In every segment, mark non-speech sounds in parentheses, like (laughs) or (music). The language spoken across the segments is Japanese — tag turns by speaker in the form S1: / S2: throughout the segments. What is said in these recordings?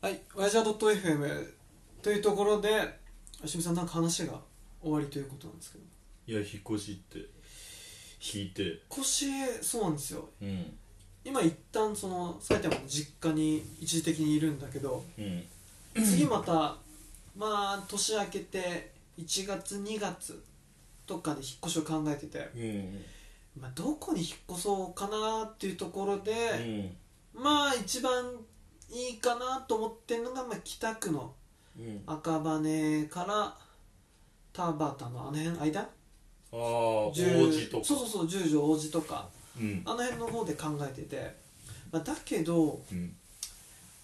S1: はい、わやじゃ .fm というところで、しみさん、なんか話が終わりということなんですけど、
S2: いや引っ越しって引いて
S1: 引っ越し、そうなんですよ、
S2: うん
S1: 今、一旦その埼玉の実家に一時的にいるんだけど、
S2: うん
S1: 次また、まあ、年明けて、1月、2月とかで引っ越しを考えてて、
S2: うん
S1: まあ、どこに引っ越そうかなっていうところで、
S2: うん
S1: まあ、一番いいかなと思ってるのが、まあ、北区の。
S2: うんあ
S1: 赤羽から田端のあの辺間
S2: あ王
S1: 十
S2: 子とか
S1: そうそうそう十条王子とか
S2: うん
S1: あの辺の方で考えてて、まあ、だけど
S2: うん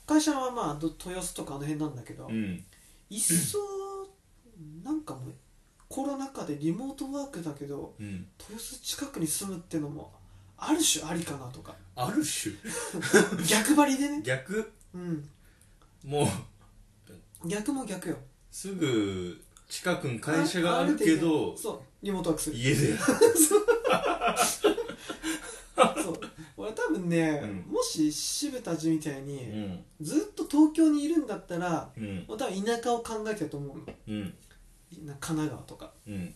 S1: 会社はまあど豊洲とかあの辺なんだけど、
S2: うん
S1: いっそなんかもうコロナ禍でリモートワークだけど
S2: うん
S1: 豊洲近くに住むってのもある種ありかな
S2: (laughs)
S1: とか
S2: ある種
S1: 逆張りでね
S2: 逆
S1: うん
S2: もう
S1: 逆も逆よ
S2: すぐ近くに会社があるけ
S1: あ
S2: ど
S1: る程度そうリモートワークする
S2: 家で
S1: そう俺多分ね、
S2: う
S1: もし渋田氏みたいに、
S2: うん
S1: ずっと東京にいるんだったら
S2: うん
S1: もう多分田舎を考えてると思うの
S2: うん
S1: な神奈川とか
S2: うん
S1: ん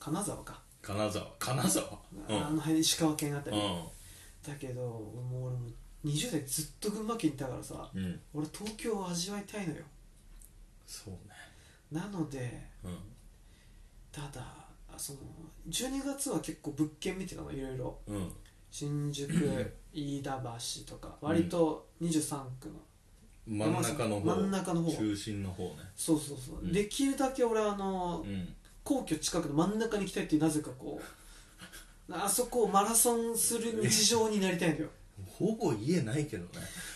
S1: 金沢か、
S2: 金沢金沢うん
S1: あの辺石川県あた
S2: う
S1: り、
S2: ん
S1: だけどもう俺も20代ずっと群馬県にいたからさ
S2: うん
S1: 俺東京を味わいたいのよ
S2: そうね
S1: なので
S2: う
S1: ただあその12月は結構物件見てたのいろいろ
S2: んうん
S1: 新宿飯田橋とか
S2: うん
S1: 割と23区の、
S2: 真ん中の方
S1: 真ん中の方
S2: 中心の方ね
S1: そうそうそう、
S2: うん
S1: できるだけ俺あの、
S2: うん
S1: 皇居近くの真ん中に行きたいっていうなぜかこ
S2: (laughs)
S1: うあそこをマラソンする日常になりたいんだよ
S2: ほぼ家ないけどね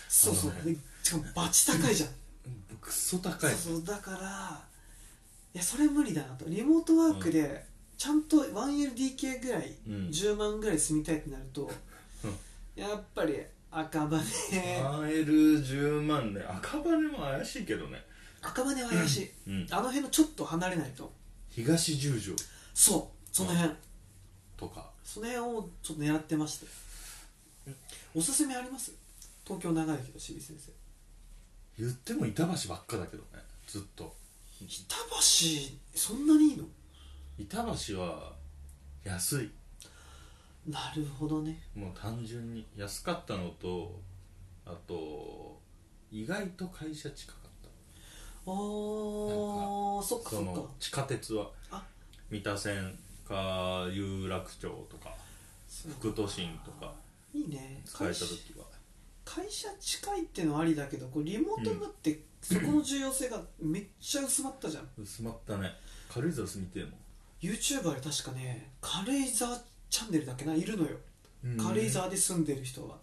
S1: そうそう
S2: あの
S1: でしかもバチ高いじゃん、
S2: クソ高い
S1: そうそうだからいやそれ無理だなとリモートワークでちゃんと 1LDK ぐらい、
S2: うん
S1: 10万ぐらい住みたいってなると、やっぱり赤羽
S2: 3L10 万で赤羽も怪しいけどね
S1: 赤羽は怪しい、
S2: うん
S1: あの辺のちょっと離れないと
S2: 東十条
S1: そうその辺、
S2: とか
S1: その辺をちょっと狙ってましておすすめあります東京長いけど渋井先生
S2: 言っても板橋ばっかだけどねずっと
S1: 板橋そんなにいいの
S2: 板橋は安い
S1: なるほどね
S2: もう単純に安かったのとあと意外と会社近かっ
S1: おーそったかそ
S2: そ
S1: っか
S2: の地下鉄は
S1: あ
S2: 三田線か有楽町とか
S1: そう
S2: 副都心とか
S1: いいね
S2: 変え
S1: 会
S2: た
S1: 社
S2: 時は
S1: 会社近いってのはありだけどこうリモートになってそこの重要性がめっちゃ薄まったじゃん
S2: 薄まったね軽井沢住みてえもん
S1: YouTuber で確かね軽井沢チャンネルだっけないるのよ軽井沢で住んでる人は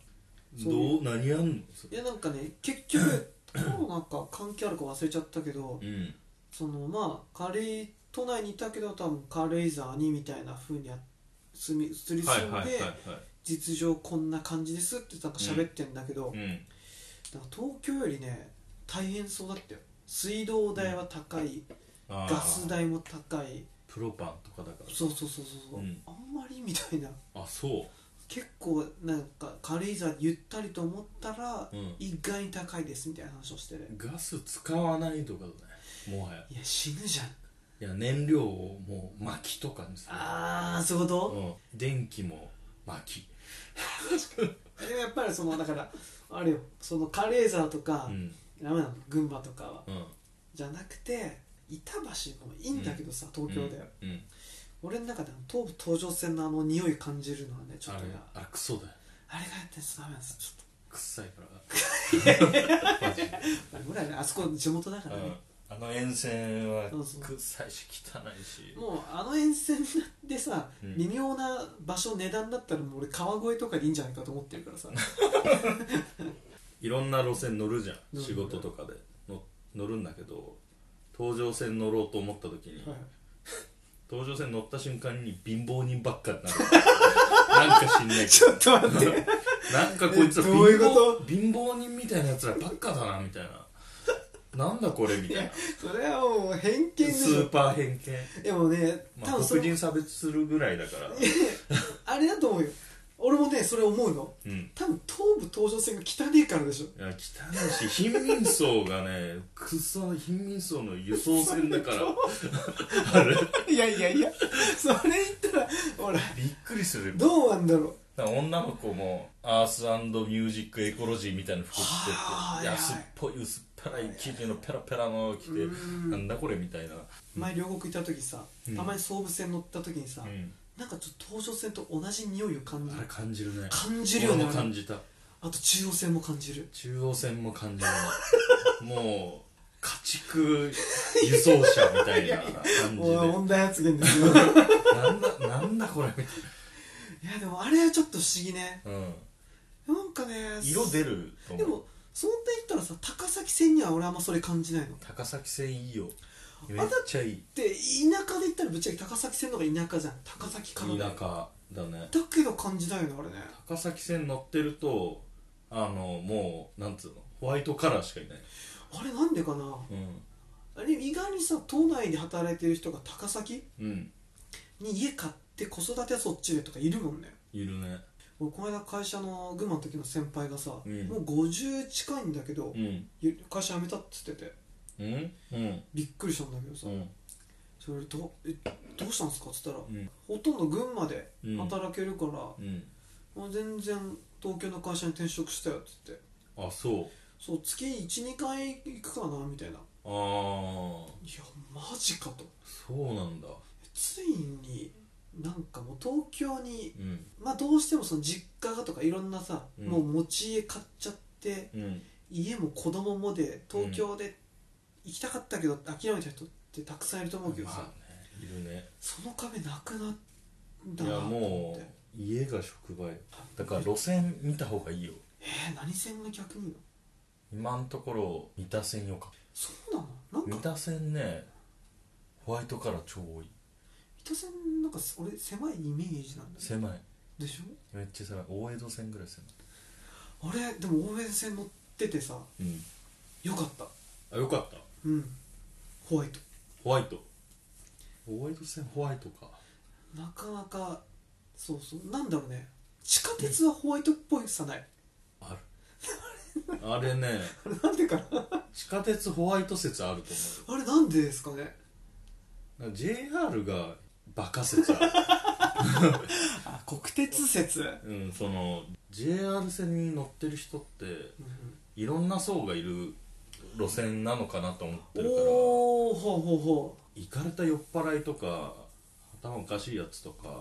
S1: そう
S2: どう何やんのそ
S1: い
S2: れ
S1: やなんかね結
S2: (clears throat)
S1: 局コロナか関係あるか忘れちゃったけど、
S2: うん
S1: そのまあ軽い都内にいたけど多分軽井沢にみたいな風にあ住み移り住んで、
S2: はいはいはいは
S1: 実情こんな感じですってなんか喋ってんだけど、
S2: いうん
S1: なんか東京よりね大変そうだったよ水道代は高い、
S2: あー
S1: ガス代も高い
S2: プロパンとかだから
S1: そうそうそうそう、
S2: うん
S1: あんまりみたいな
S2: あそ
S1: 結構なんか軽井沢ゆったりと思ったら、
S2: うん
S1: 意外に高いですみたいな話をしてる、
S2: うガス使わないとかだねもはや
S1: いや死ぬじゃん
S2: いや燃料をもう薪とかにする
S1: ああそういうこと、
S2: うん、電気も薪
S1: でもやっぱりそのだからあれよその軽井沢とか
S2: う、ん
S1: ダメなの群馬とかは
S2: うん
S1: じゃなくて板橋もいいんだけどさ、東京で、
S2: うん、うん、
S1: 俺の中であの東武東上線のあの匂い感じるのはねちょっ
S2: あ
S1: と
S2: れ
S1: ね
S2: あれクソだよ
S1: あれがやってんすダメなんですちょっ
S2: 臭いから
S1: (laughs) とあれぐらいねあそこ地元だからね、
S2: あの沿線は
S1: そうそう
S2: 臭いし汚いし
S1: もうあの沿線でさ、
S2: うん
S1: 微妙な場所値段だったらもう俺川越とかでいいんじゃないかと思ってるからさ
S2: いろんな路線乗るじゃ
S1: 乗
S2: ん
S1: る
S2: 仕事とかでの乗るんだけど東上線乗ろうと思った時に、
S1: はい
S2: 東上線乗った瞬間に貧乏人ばっかにな
S1: (laughs)
S2: るなんか知んないけ
S1: ちょっと待って (laughs)
S2: どなんかこいつら
S1: え
S2: 貧
S1: どういうこ
S2: 乏貧乏人みたいなやつらばっかだなみたいななんだこれみたいな
S1: それはもう偏見で
S2: ス
S1: し
S2: ー
S1: ょ
S2: パー偏見、
S1: でもね
S2: ま
S1: 多
S2: あ、
S1: 分そ
S2: 黒
S1: れ
S2: 人差別するぐらいだから
S1: (laughs) あれだと思うよ俺もねそれ思うの
S2: うん
S1: 多分東武東上線が汚ねえからでしょ
S2: いや汚いし貧民層がねくそ貧民層の輸送船だから
S1: (laughs)
S2: あれ
S1: いやいやいやそれ言ったらほら
S2: びっくりするよ
S1: どうなんだろ
S2: なんか女の子もアースミュージックエコロジーみたいな服着
S1: はあ
S2: てて安っぽい薄っぺらい生地のペラペラの着て
S1: うん
S2: なんだこれみたいな
S1: う前両国行った時さ、
S2: うん
S1: たまに総武線乗った時にさ、
S2: うん
S1: なんかちょっと東上線と同じ匂いを感じ
S2: あれ
S1: る
S2: 感じるね
S1: 感じるよね
S2: 俺も感じた
S1: あと中央線も感じる
S2: 中央線も感じるな (laughs) もう家畜輸送車みたいな感じ
S1: おい
S2: で
S1: 問題発言です
S2: (laughs)
S1: よい
S2: なんだなんだこれみたい
S1: やでもあれはちょっと不思議ね
S2: な、うん、
S1: なんかね
S2: 色出ると
S1: で
S2: 思う
S1: もそんな言ったらさ高崎線には俺あんまそれ感じないの
S2: 高崎線いいよ
S1: あ
S2: めっちゃいい
S1: で田舎で言ったらぶっちゃけ高崎線の方が田舎じゃん高崎
S2: 田
S1: からね
S2: 舎だね
S1: だけど感じないよねあれね
S2: 高崎線乗ってるとあのもうなんつうのホワイトカラーしかいない、
S1: あれなんでかな
S2: う
S1: あれ意外にさ都内で働いてる人が高崎
S2: ん、うん、
S1: に家買って子育てはそっちでとかいるもんね
S2: いるね
S1: 俺この間会社の群馬の時の先輩がさ、
S2: うん
S1: もう50近いんだけど、
S2: うん
S1: 会社辞めたっつってて
S2: うんうん
S1: びっくりしたんだけどさ、
S2: うん
S1: それどえどうしたんですかっつったら、
S2: ん
S1: ほとんど群馬で
S2: うん
S1: 働けるから、
S2: うん
S1: もう全然東京の会社に転職したよっつって
S2: あそう
S1: そう月12回行くかなみたいな
S2: あー
S1: いやマジかと
S2: そうなんだ
S1: ついになんかもう東京に
S2: うん
S1: まあどうしてもその実家がとかいろんなさ、
S2: うん
S1: もう持ち家買っちゃって
S2: うん
S1: 家も子供もで東京で行きたかったけど諦めた人ってたくさんいると思うけどさ、
S2: まあねいるね
S1: その壁なくなっ
S2: い
S1: たな
S2: や
S1: と思っ
S2: も
S1: て
S2: う家が職場よだから路線見た方がいいよ
S1: えー、何線が逆にいいの
S2: 今のところ三田線よか
S1: そうなのなん
S2: 三
S1: か
S2: 田線ねホワイトカラー超多い
S1: 三田線なんか俺狭いイメージなんだよ
S2: 狭い
S1: でしょ
S2: めっちゃ狭い大江戸線ぐらい狭い
S1: あれでも応援線乗っててさ
S2: うん
S1: よかった
S2: あよかった
S1: うんホワイト
S2: ホワイトホワイト線ホワイトか
S1: なかなかそうそうなんだろうね地下鉄はホワイトっぽいさない (laughs)
S2: ある (laughs) あれね
S1: あれなんでかな
S2: 地下鉄ホワイト説あると思うよ
S1: あれなんでですかね
S2: なんか JR がバカ説ある
S1: あ国鉄説
S2: (laughs) うん、その JR 線に乗ってる人っていろんな層がいる路線なのかなと思ってるから
S1: おおほうほうほう
S2: 行かれた酔っ払いとか頭おかしいやつとか、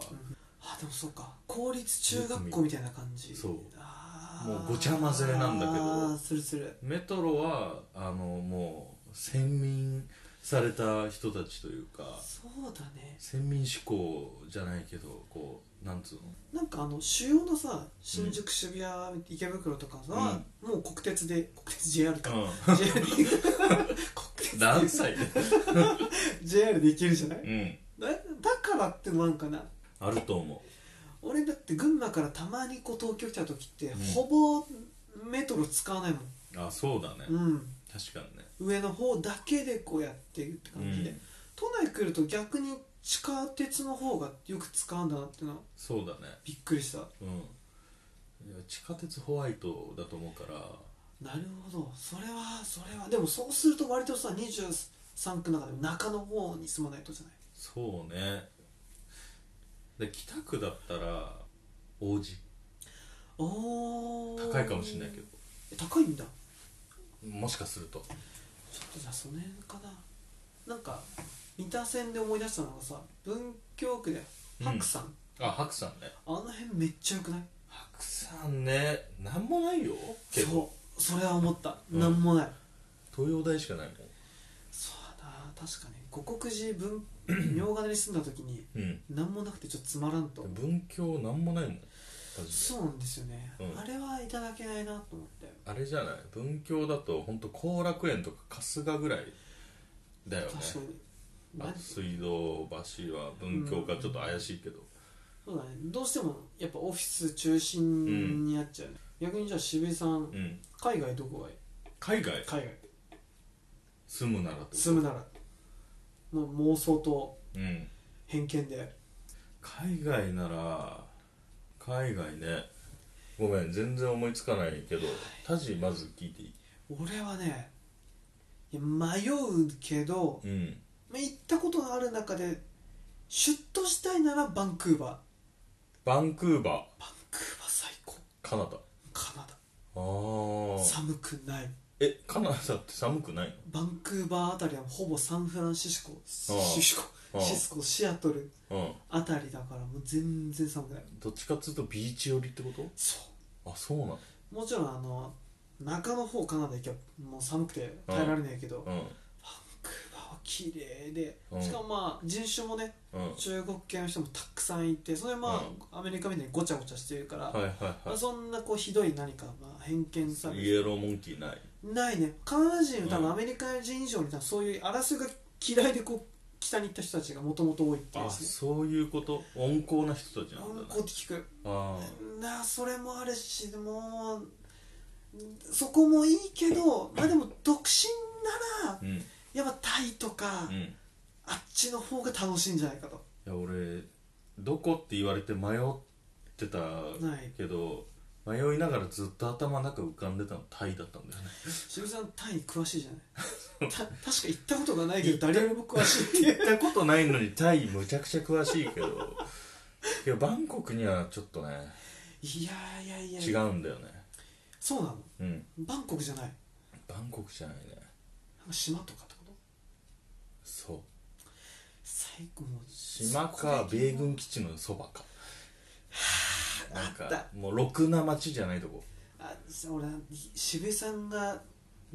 S1: あでもそうか公立中学校みたいな感じ
S2: そう
S1: あー
S2: もうごちゃ混ぜなんだけど
S1: あーするする
S2: メトロはあのもう先民された人たちというか
S1: そうだね
S2: 先民志向じゃないけどこうなんつうの
S1: なんかあの主要なさ新宿渋谷池袋とかさ、もう国鉄で国鉄 JR か、
S2: う
S1: (laughs) JR で国鉄で
S2: ん何歳で
S1: JR で行けるじゃない、
S2: うん
S1: だだからってのもあるかな
S2: あると思
S1: 俺だって群馬からたまにこう東京来た時って、
S2: うん
S1: ほぼメトロ使わないもん、
S2: うあそうだね、
S1: うん、
S2: 確かにね
S1: 上の方だけでこうやっていくって感じで、
S2: うん
S1: 都内来ると逆に地下鉄の方がよく使うんだなってのは
S2: そうだね
S1: びっくりした
S2: うんいや地下鉄ホワイトだと思うから
S1: なるほどそれはそれはでもそうすると割とさ23区の中でも中の方に住まないとじゃない
S2: そうねで北区だったら王子
S1: おー
S2: 高いかもしれないけど
S1: え高いんだ
S2: もしかすると
S1: ちょっとじゃあその辺かななんか三田線で思い出したのがさ文京区で白山、
S2: あ白山ね
S1: あの辺めっちゃよくない
S2: 白山ねなんもないよけど
S1: そうそれは思った、
S2: うん
S1: なんもない
S2: 東洋大しかないも
S1: そうだな確かに五国寺 (clears throat) 文明金に住んだ時に
S2: んうん
S1: なんもなくてちょっとつまらんと
S2: 文京なんもないもんマジで
S1: そうなんですよね、
S2: うん
S1: あれはいただけないなと思って
S2: あれじゃない文京だと本当後楽園とか春日ぐらいだよね
S1: 確かに
S2: あ
S1: 何
S2: と水道橋は文京かちょっと怪しいけど
S1: そうだねどうしてもやっぱオフィス中心になっちゃう、ね逆にじゃあ渋井さん
S2: うん
S1: 海外どこがいい
S2: 海外
S1: 海外
S2: 住むならってこと
S1: 住むならもう妄想と
S2: うん
S1: 偏見で
S2: 海外なら海外ねごめん全然思いつかないけどタジまず聞いていい
S1: 俺はねいや迷うけど、
S2: うん
S1: まあ、行ったことがある中でシュッとしたいならバンクーバー
S2: バンクーバ
S1: バンクーバー最高
S2: ーカナダ
S1: カナダ
S2: あー
S1: 寒くない
S2: えカナダって寒くない
S1: バンクーバーあたりはほぼサンフランシスコシ
S2: ああ
S1: シコ
S2: ああ
S1: シスコシアトル
S2: の
S1: あたりだからもう全然寒くない
S2: うんどっちかっつうとビーチ寄りってこ
S1: そ
S2: とあそうなの
S1: うもちろんあの中の方カナダ行きゃもう寒くて耐えられないけどバン
S2: う
S1: クーバーは綺麗で
S2: うん
S1: しかもまあ人種もね
S2: んうん
S1: 中国系の人もたくさんいてそれまあアメリカみたいにごちゃごちゃしてるから
S2: はいはい
S1: まあ
S2: は
S1: そんなこうひどい何かまあ偏見さ
S2: いイエローモンキーない
S1: ないねカナダ人多
S2: う
S1: 分
S2: ん
S1: アメリカ人以上に多分そういう争いが嫌いでこう北に行った人たちがもともと多いっていう
S2: あ
S1: です
S2: そういうこと温厚な人たち
S1: ね
S2: なん
S1: 温
S2: だね
S1: 厚って聞く
S2: あ
S1: なあそれもあるしでもそこもいいけどまあでも独身なら
S2: あうん
S1: やっぱタイとか、
S2: うん
S1: あっちの方が楽しいんじゃないかと
S2: いや俺どこって言われて迷ってた
S1: い
S2: けど、迷いながらずっと頭の中浮かんでたのタイだったん (laughs) だよね
S1: 渋沢さんタイに詳しいじゃ
S2: (laughs)
S1: ないた確か行ったことがないけど誰よりも詳しいっていう
S2: 行ったことないのにタイむちゃくちゃ詳しいけどいやバンコクにはちょっとね
S1: いやいやいや
S2: 違うんだよね
S1: そうなの
S2: うん
S1: バンコクじゃない
S2: バンコクじゃないね
S1: なんか島とかってこと
S2: そう
S1: 最高もう
S2: 島か米軍基地のそばかなん
S1: あった
S2: かもうろくな町じゃないとこ
S1: あ俺渋井さんが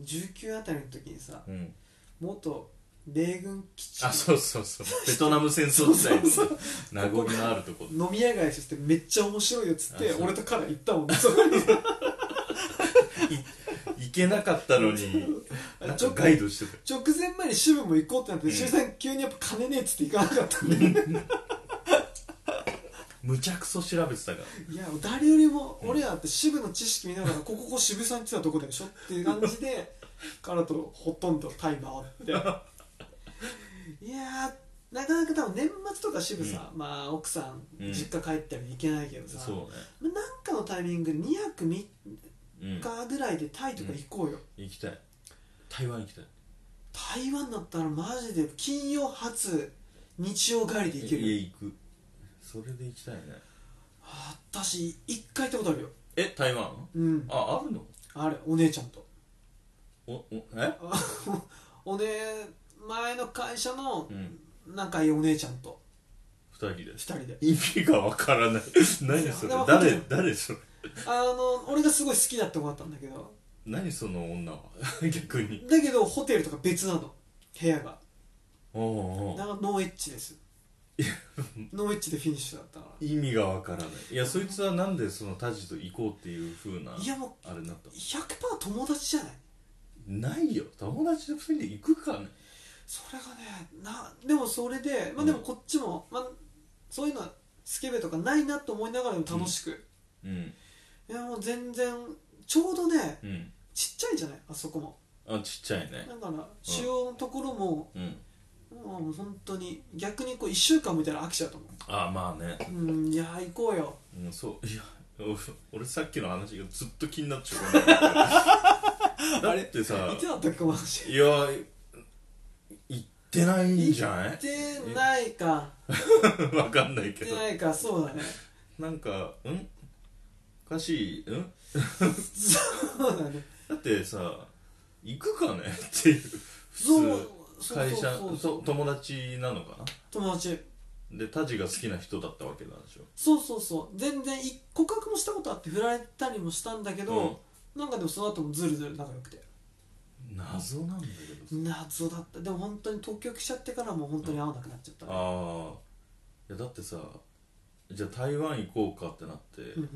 S1: 19あたりの時にさ
S2: うん
S1: 元米軍基地
S2: あそうそう
S1: (laughs)
S2: そうベトナム戦争時代のね
S1: そうそう
S2: 名残のあるとこ
S1: 飲み屋街としてめっちゃ面白いよっつって
S2: あそう
S1: 俺とカラ行
S2: (laughs)
S1: ったもんねそこに
S2: 行けなかったのになんかガイドしてた
S1: 直前まで渋も行こうってなって、
S2: うん
S1: 渋井さん急にやっぱ金ねえっつって行かなかったんだよね
S2: むちゃくそ調べてたから
S1: いや誰よりも俺らって渋の知識見ながらここここ渋井さん行ってたとこだでしょっていう感じ
S2: (laughs)
S1: でカラとほとんどタイ回っていやーなかなか多分年末とか渋さ、まあ奥さん
S2: うん
S1: 実家帰ったりいけないけどさ、
S2: そうね
S1: まあなんかのタイミングで2泊3
S2: うん
S1: 日ぐらいでタイとか行こうよ、
S2: 行きたい台湾行きたい
S1: 台湾だったらマジで金曜初日曜帰りで行けるよ
S2: いや行くそれで行きたいね
S1: あ私一回行ったことあるよ
S2: え台湾
S1: うん
S2: ああるの
S1: あれお姉ちゃんと
S2: おおえ
S1: あおね前の会社の
S2: うん
S1: 仲いいお姉ちゃんと
S2: 二人で
S1: 二人で
S2: 意味がわからない何それ
S1: いや
S2: 誰
S1: わか
S2: 誰それ
S1: あの俺がすごい好きだって思ったんだけど
S2: 何その女は (laughs) 逆に
S1: だけどホテルとか別なの部屋が
S2: おうお
S1: だ
S2: う
S1: からノーエッチですノーエッチでフィニッシュだったか
S2: 意味がわからないいやそいつはなんでそのタジと行こうっていうふうな
S1: らいやも
S2: あれになった
S1: う100%友達じゃない
S2: のないよ友達で二人で行くかね
S1: それがねなでもそれでまあでもこっちも、まあ、そういうのはスケベとかないなと思いながらでも楽しく、
S2: うん
S1: いやもう全然ちょうどね
S2: うん
S1: ちっちゃいじゃないあそこも
S2: あちっちゃいね
S1: だから主要のところも、
S2: うん
S1: もう本当に逆にこう1週間見たら飽きちゃうと思
S2: あまあね
S1: ううんいや行こうよ
S2: うん、そういやお俺さっきの話がずっと気になっちゃう
S1: (laughs)
S2: からだってさ
S1: 行ってなかったっけお話
S2: いや行ってないんじゃな
S1: 行
S2: い
S1: ってないか
S2: (laughs) わかんないけ
S1: 行っ
S2: ど
S1: てないかそうだね
S2: なんかんおかしいん
S1: そうだね
S2: だってさ行くかねっていう普
S1: そう
S2: 通
S1: そう
S2: 会社
S1: そうそう
S2: そう友達なのか
S1: 友達
S2: なでタジが好きな人だったわけなんでしょ
S1: そうそうそう全然い告白もしたことあって振られたりもしたんだけど、なんかでもその後もずるずる仲良くて
S2: 謎なんだけどさ
S1: 謎だったでも本当に東京来ちゃってからもう本当に会わなくなっちゃったね、
S2: ああいやだってさじゃあ台湾行こうかってなって、
S1: うんうん、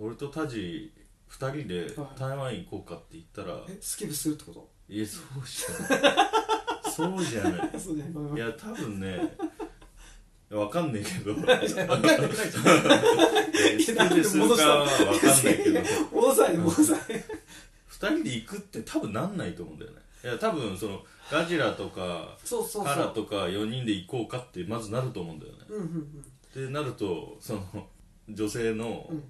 S2: 俺とタジ2人で
S1: はい
S2: 台湾行こうかって言ったら、
S1: えスケベするってこ
S2: い、やそう
S1: (laughs)
S2: じゃないそうじゃない
S1: と (laughs) そうねごめん
S2: い
S1: ごめん
S2: や多分ねわかんないけど
S1: いやわかんなくないじゃん
S2: スケベするかはわかんないけど
S1: (laughs) 戻さない戻さない
S2: 2人で行くって多分なんないと思うんだよねいや多分そのガジラとか
S1: そうそうそう
S2: カラとか4人で行こうかってまずなると思うんだよね
S1: うんうんうん
S2: ってなるとその女性の
S1: うん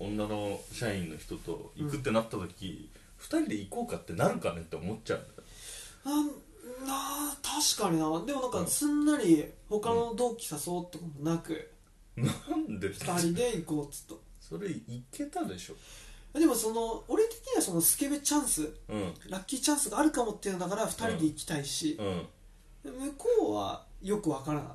S2: 女の社員の人と行くってなった時、二人で行こうかってなるかねって思っちゃうんだよ
S1: なんなあ確かになでもなん
S2: う
S1: か
S2: ん
S1: すんなり他の同期誘おうとかもなく
S2: なんで
S1: 二人で行こうっつと
S2: それ行けたでしょ
S1: でもその俺的にはそのスケベチャンス
S2: うん
S1: ラッキーチャンスがあるかもっていうのだから二人で行きたいし、
S2: うん
S1: 向こうはよくわからな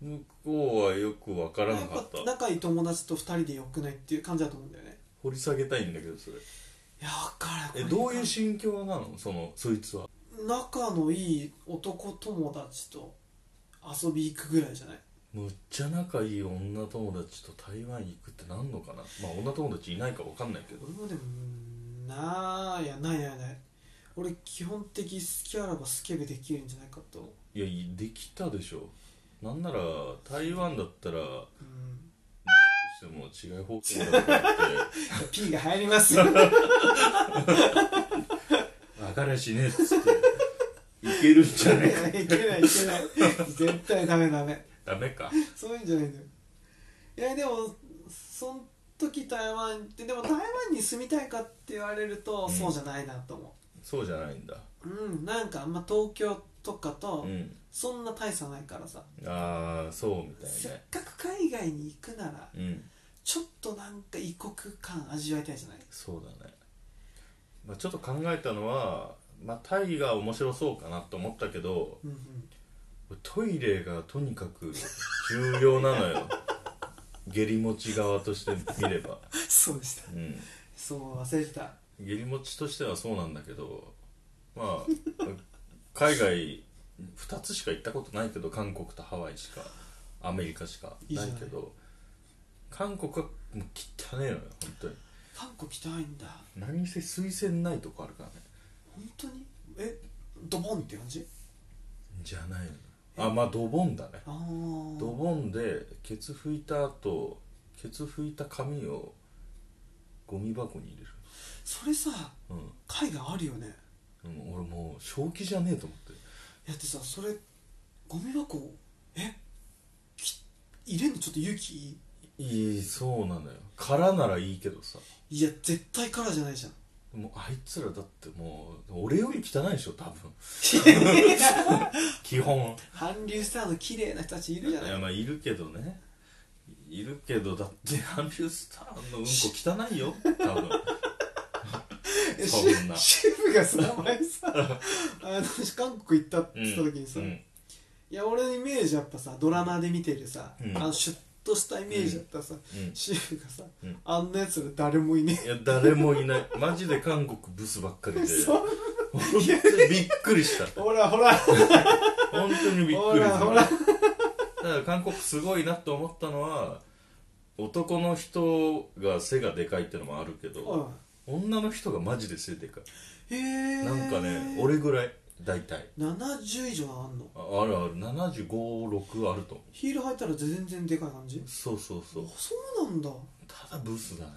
S2: 向こうはよくわから
S1: い
S2: な
S1: やっ
S2: かっ
S1: ぱ
S2: た
S1: 仲いい友達と二人でよくないっていう感じだと思うんだよね
S2: 掘り下げたいんだけどそれ
S1: いやわからん
S2: えどういう心境なのそのそいつは
S1: 仲のいい男友達と遊び行くぐらいじゃない
S2: むっちゃ仲いい女友達と台湾行くってなんのかなまあ女友達いないかわかんないけど
S1: 俺もでもうんなあいやないないない俺基本的好きあらばスケベできるんじゃないかと
S2: いやいできたでしょなんなら台湾だったらど
S1: うん
S2: うしても違う方向だとか言って
S1: P が入ります
S2: (laughs)
S1: い
S2: 別れしねえっつっていけるんじゃねえか
S1: やいけないいけない絶対ダメダメ
S2: ダメか
S1: そういうんじゃないんだよいやでもそん時台湾行ってでも台湾に住みたいかって言われると、
S2: うん
S1: そうじゃないなと思
S2: そうじゃないんだ
S1: ううんなんかあんま東京とかと
S2: うん
S1: そんな大差ないからさ、
S2: ああそうみた
S1: せ
S2: い
S1: っ
S2: ね
S1: かく海外に行くなら
S2: うん
S1: ちょっとなんか異国感味わいたいじゃない
S2: そうだね、まあ、ちょっと考えたのはまあタイが面白そうかなと思ったけど
S1: うんうん
S2: トイレがとにかく重要なのよ (laughs) 下痢持ち側として見れば
S1: そうでした
S2: うん
S1: そう忘れてた
S2: 下痢持ちとしてはそうなんだけどまあ海外2つしか行ったことないけど韓国とハワイしかアメリカしかないけど韓国はもう汚ねえのよ本当に
S1: 韓国行きたいんだ
S2: 何せ推薦ないとこあるからね
S1: 本当にえドボンって感じ
S2: じゃないのよあまあドボンだね
S1: ああ
S2: ドボンでケツ拭いた後ケツ拭いた紙をゴミ箱に入れる
S1: それさ海外あるよね
S2: うん、うん、俺もう正気じゃねえと思って
S1: だってさそれゴミ箱えき入れんのちょっと勇気い
S2: いいそうなのよ空ならいいけどさ
S1: いいや絶対カラーじゃないじゃん
S2: もうあいつらだってもう俺より汚いでしょ多分基本
S1: 韓流スターの綺麗な人たちいるじゃ
S2: い
S1: ない
S2: やまあいるけどねいるけどだって韓流スターのうんこ汚いよ多分
S1: え
S2: そ
S1: シ
S2: んな
S1: シェフがさ前さあの韓国行ったって (laughs) 言った時にさ、
S2: うん
S1: いや俺のイメージやっぱさドラマで見てるさ、
S2: うん
S1: あのシュッとしたイメージだったらさ、
S2: うん
S1: シェフがさ、
S2: うん
S1: あんなやつら誰もいね
S2: いや誰もいないマジで韓国ブスばっかり
S1: え (laughs)
S2: で
S1: そん
S2: 本当にびっくりした
S1: ほらほら
S2: 本当にびっ
S1: ほ
S2: くりし
S1: ら
S2: た
S1: ほ
S2: だ
S1: ら
S2: から韓国すごいなと思ったのは男の人が背がでかいってのもあるけど女の人がマジで背でか
S1: へえ
S2: いなんかね俺ぐらい大体
S1: 70以上あんの
S2: ああるある756あると思
S1: ヒール履いたら全然でかい感じ
S2: うそうそうそう
S1: そうなんだ
S2: ただブスだね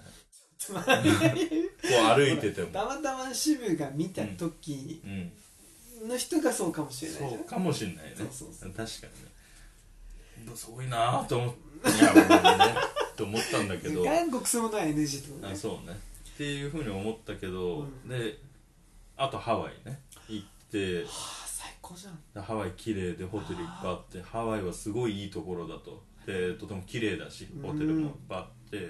S1: つまり
S2: こう歩いてても
S1: (laughs) たまたま渋が見た時
S2: うん
S1: の人がそうかもしれないじゃん
S2: そうかもしんないね
S1: そうそうそ
S2: 確かにねすごいなぁと思っていや俺もねと思ったんだけど
S1: 韓国そのない NG ってこと
S2: あ
S1: ね
S2: そうねっていうふうに思ったけど、
S1: うん
S2: であとハワイね行って
S1: はあ最高じゃん
S2: ハワイ綺麗でホテルいっぱいあってハワイはすごいいいところだとでとても綺麗だしホテルもいっぱいあって、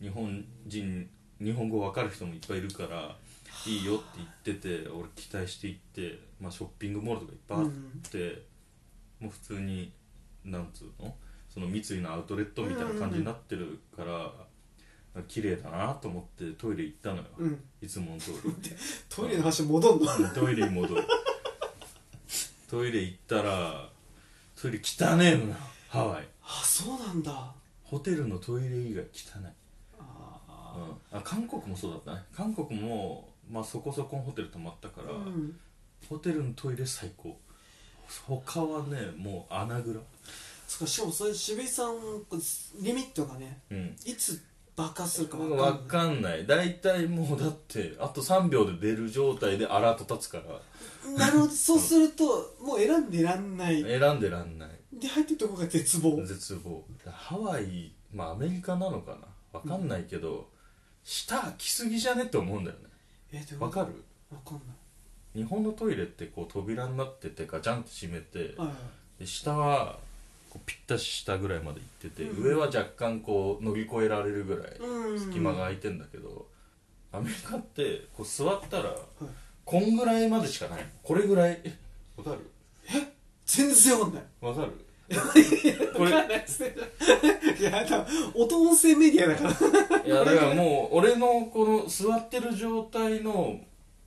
S2: 日本人日本語わかる人もいっぱいいるからいいよって言ってて俺期待して行って、まあ、ショッピングモールとかいっぱいあって、もう普通になんつうのその三井のアウトレットみたいな感じになってるから、綺麗だなと思ってトイレ行ったのよ、
S1: うん
S2: いつもの通り
S1: トイレの話戻んの
S2: トイレに戻るトイレ行ったらトイレ汚ねえのよハワイ
S1: あそうなんだ
S2: ホテルのトイレ以外汚い、
S1: あ
S2: うん、あ韓国もそうだったね韓国も、まあ、そこそこのホテル泊まったか
S1: ー
S2: ら、
S1: うん
S2: ホテルのトイレ最高他はねもう穴蔵
S1: そっかしかもそれ渋井さんリミットがね
S2: うん
S1: いつ爆発するか分かん
S2: わ
S1: ない
S2: かんない大体もうだってあと3秒で出る状態でアラート立つから
S1: なるほどそうするともう選んでらんない
S2: 選んでらんない
S1: で入ってるとこが絶望
S2: 絶望ハワイまあアメリカなのかなわかんないけど、舌開きすぎじゃねって思うんだよね
S1: えどういう
S2: わ
S1: こと
S2: かる
S1: わかんない
S2: 日本のトイレってこう扉になっててガチャンと閉めて
S1: はいはい
S2: で下はこうぴったし下ぐらいまで行ってて、
S1: うん
S2: 上は若干こう乗り越えられるぐらい
S1: うん
S2: 隙間が
S1: はい
S2: 空いてんだけど、アメリカってこう座ったらこんぐらいまでしかないこれぐらいえわかる
S1: 全然わかんない
S2: (laughs) わかるこ
S1: わ
S2: れ
S1: かんないですね (laughs) いや多分音音声メディアだから
S2: いやだからもう俺のこの座ってる状態の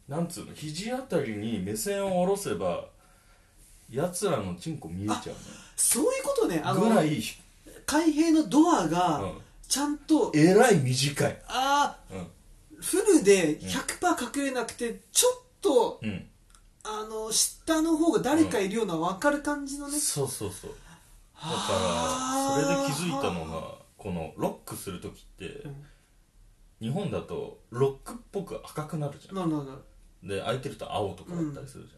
S2: なんつうの肘あたりに目線を下ろせばやつらのチンコ見えちゃう
S1: そういうことねあ
S2: のぐ
S1: の
S2: らい、うん、
S1: 開閉のドアがちゃんと、
S2: えらい短い、
S1: ああ
S2: うん
S1: フルで100%隠れなくてちょっと、
S2: うん、
S1: あの下の方が誰かいるような分かる感じのね、
S2: そうそうそうだ
S1: あ
S2: からそれで
S1: ー
S2: 気づいたのがこのロックする時って
S1: うん
S2: 日本だとロックっぽく赤くなるじゃ
S1: なるなるなる
S2: んで空いてると青とかだったりするじ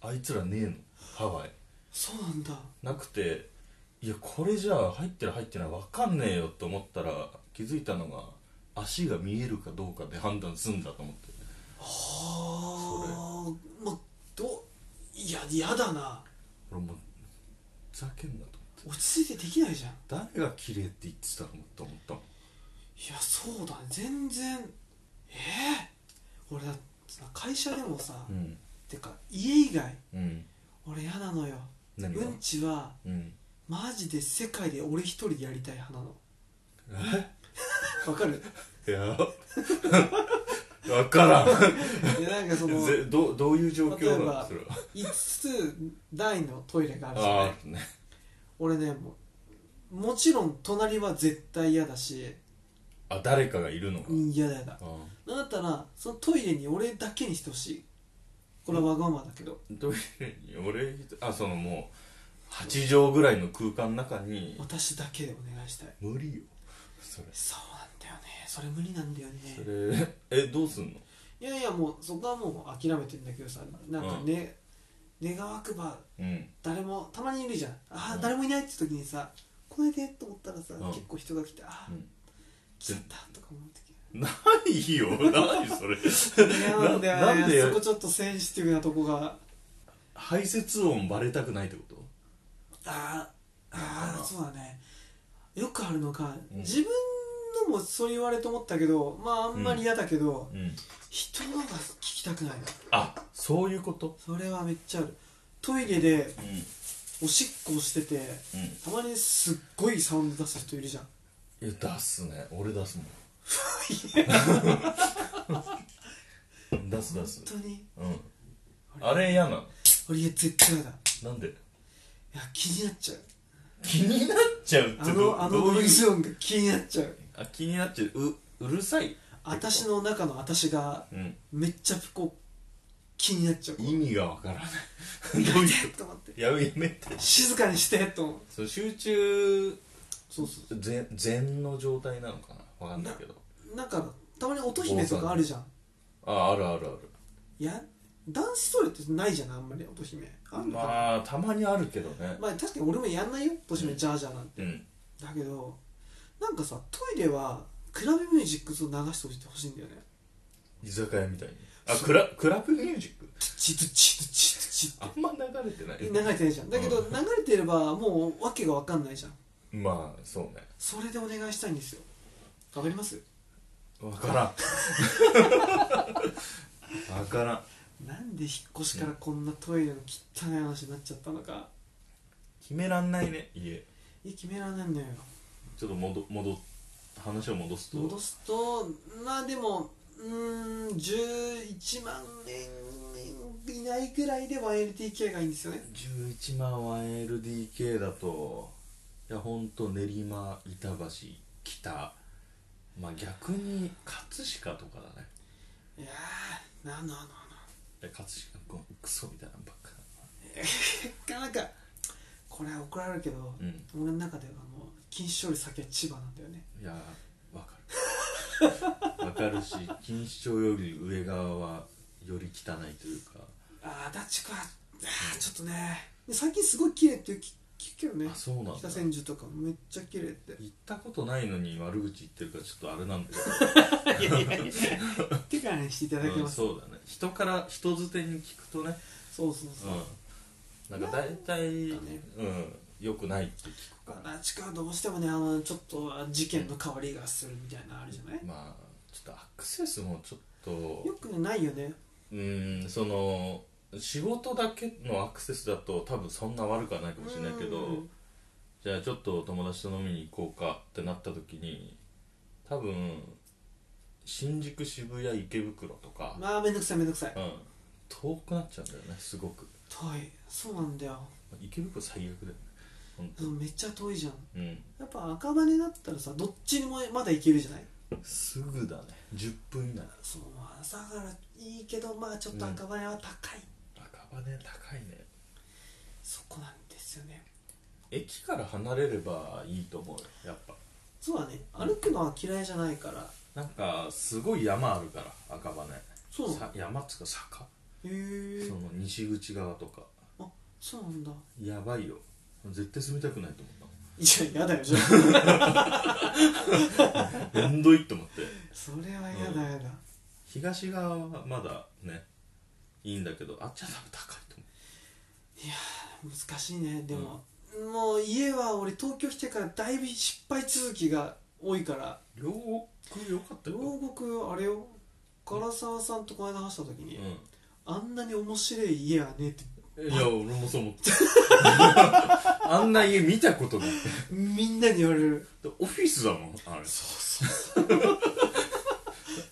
S2: ゃん、あいつらねえのハワイ
S1: そうなんだ
S2: なくていやこれじゃあ入ってる入ってない分かんねえよと思ったら気づいたのが足が見えるかどうかで判断すんだと思って
S1: ああまあどういや嫌だな
S2: 俺もうふざけんなと
S1: 落ち着いてできないじゃんい
S2: 思って誰が綺麗って言ってたのと思ったもん
S1: やそうだね全然ええ俺だってさ会社でもさ、
S2: うん
S1: てか家以外
S2: うん
S1: 俺嫌なのよ
S2: 何が
S1: うんちは
S2: うん
S1: マジで世界で俺一人でやりたい派なのわかる
S2: いや分からん
S1: でなんかその
S2: ぜどどういう状況
S1: 例え
S2: なん
S1: ば
S2: それは
S1: 5つ台のトイレがあるじゃな
S2: あ
S1: い
S2: あね
S1: 俺ねもうもちろん隣は絶対嫌だし
S2: あ誰かがいるのか、
S1: うん嫌だ嫌だ
S2: ああ
S1: なんだったらそのトイレに俺だけにしてほしいこれはわがままだけど、
S2: トイレに俺一人あそのもう8畳ぐらいの空間の中に
S1: 私だけでお願いしたい
S2: 無理よそれ
S1: そうなんだよねそれ無理なんだよね
S2: それえどうすんの
S1: いやいやもうそこはもう諦めてんだけどさなんかね、願わくば
S2: うん
S1: 誰もたまにいるじゃんああ、
S2: うん
S1: 誰もいないって時にさ来ないでと思ったらさ、
S2: うん
S1: 結構人が来てああ、
S2: うん
S1: 来ちゃったとか思ってき
S2: ない (laughs) よ何それ
S1: いやなんだよね
S2: なんで
S1: そこちょっとセンシティブなとこが
S2: 排泄音バレたくないってこと
S1: あー
S2: なん
S1: あ
S2: か
S1: ー
S2: な
S1: そうだねよくあるのが、
S2: うん
S1: 自分のもそう言われと思ったけどまああんまり嫌だけど、
S2: うん
S1: 人のが聞きたくないの
S2: あそういうこと
S1: それはめっちゃあるトイレで
S2: うん
S1: おしっこをしてて
S2: うん
S1: たまにすっごいサウンド出す人いるじゃん
S2: いや出すね俺出す (laughs) もん出す出す
S1: 本当に
S2: うんあれ嫌なの
S1: 俺いや絶対嫌だい
S2: なんで
S1: や気になっちゃう
S2: 気になっちゃうって
S1: あ
S2: ど
S1: のあの
S2: どう
S1: ノイ
S2: いう
S1: ズ音が気になっちゃう
S2: あ気になっちゃうううるさい
S1: 私の中の私が
S2: うん
S1: めっちゃこう気になっちゃう
S2: 意味がわからない
S1: や
S2: どう
S1: め
S2: いう
S1: てと思って
S2: やめやめて
S1: 静かにしてと思う
S2: そう集中
S1: そうそう
S2: 禅禅の状態なのかなわかんないけど
S1: なんかたまに乙姫とかあるじゃん
S2: ああるあるある
S1: いや男子トイレってないじゃんあんまり乙姫あんのかな、まあ
S2: まあたまにあるけどね
S1: 確かに俺もやんないよ乙姫ジャージャーなんて、
S2: うん
S1: だけどなんかさトイレはクラブミュージックずっと流してほしいほしいんだよね
S2: 居酒屋みたいにあクラクラブミュージック
S1: トゥチトゥチトゥチトゥチ
S2: あんま流れてない
S1: 流れてないじゃんだけど
S2: う
S1: 流れてればもう訳が分かんないじゃん
S2: まあそうね
S1: それでお願いしたいんですよわかります
S2: わからんわからん
S1: なんで引っ越しからこんなトイレの汚い話になっちゃったのか
S2: 決めらんないね家
S1: いや決められないのよ
S2: ちょっと戻戻っ話を戻すと
S1: 戻すとまあでもうーん11万円いないぐらいで 1LDK がいいんですよね
S2: 11万 1LDK だといやほんと練馬板橋北まあ逆に葛飾とかだね
S1: いやーなんのあの
S2: いや葛飾ごめんクソみたいなのばっか
S1: あのなんかこれは怒られるけど、
S2: うん
S1: 俺の中ではもう錦糸町より先は千葉なんだよね
S2: いやわか
S1: (laughs)
S2: るわかるし錦糸町より上側はより汚いというか
S1: ああ足立区はあーちょっとねで最近すごい綺麗っていうき聞くけどね
S2: あそうなんだ
S1: 北千住とかめっちゃ綺麗って
S2: 行ったことないのに悪口言ってるからちょっとあれなんだけど
S1: いやい (laughs) やいや手からにしていただけ
S2: うん
S1: ます、
S2: そうだね人から人づてに聞くとね、
S1: そうそうそう、
S2: うん、なんか大体、
S1: なんかね
S2: うん、よくないって聞くから
S1: ラチカはどうしてもねあのちょっと事件の香りがするみたいなのあるじゃない、
S2: まあちょっとアクセスもちょっと
S1: よくないよね
S2: うんその仕事だけのアクセスだと多分そんな悪くはないかもしれないけど、
S1: うん
S2: じゃあちょっと友達と飲みに行こうかってなった時に多分新宿渋谷池袋とか、
S1: まあめんどくさいめんどくさい
S2: うん、遠くなっちゃうんだよねすごく
S1: 遠いそうなんだよ
S2: 池袋最悪だよねほんと
S1: うんめっちゃ遠いじゃん
S2: うん
S1: やっぱ赤羽だったらさどっちにもまだ行けるじゃない
S2: すぐだね10分以内
S1: そう朝からいいけどまあちょっと赤羽は高い、
S2: 赤羽ね高いね
S1: そこなんですよね
S2: 駅から離れればいいと思うよやっぱ
S1: そうだね歩くのは嫌いじゃないから
S2: なんかすごい山あるから赤羽
S1: そうなの
S2: さ山っつうか坂
S1: へえ
S2: その西口側とか
S1: あそうなんだ
S2: やばいよ絶対住みたくないと思っ
S1: いややだ
S2: (laughs)
S1: よじゃあ
S2: たもんめんどいと思って
S1: それはやだやだ、
S2: 東側はまだねいいんだけどあっちは多分高いと思
S1: 難しいねでも、もう家は俺東京来てからだいぶ失敗続きが多いから
S2: う両国良かった
S1: 両
S2: ようん
S1: 国あれよ唐沢さんとこの間話した時に、あんなに面白い家はねえって
S2: いや俺もそう思ったあんな家見た (laughs) ことない
S1: みんなに言われる
S2: (laughs) でオフィスだもんあれ
S1: そうそう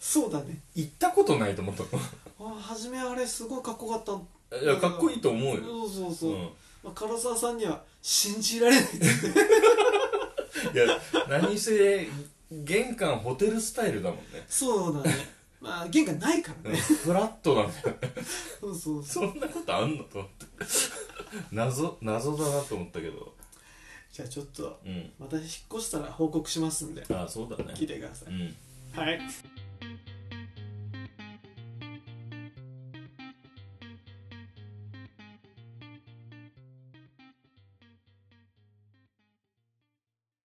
S1: そうだね
S2: 行ったことないと思ったも
S1: あ初めあれすごいかっこよかった
S2: んいやかっこいいと思うよ、
S1: そうそう
S2: う
S1: そう、
S2: ん、い
S1: まあ、唐沢さんには信じられないって言って
S2: や何せ玄関ホテルスタイルだもんね
S1: そうだねまあ玄関ないからね
S2: フラットなんだよ
S1: そうそうそう
S2: そんなことあんのと思って謎謎だなと思ったけど
S1: じゃあちょっと
S2: うん
S1: また引っ越したら報告しますんで
S2: ああそうだね
S1: 聞いてください、
S2: うん
S1: はい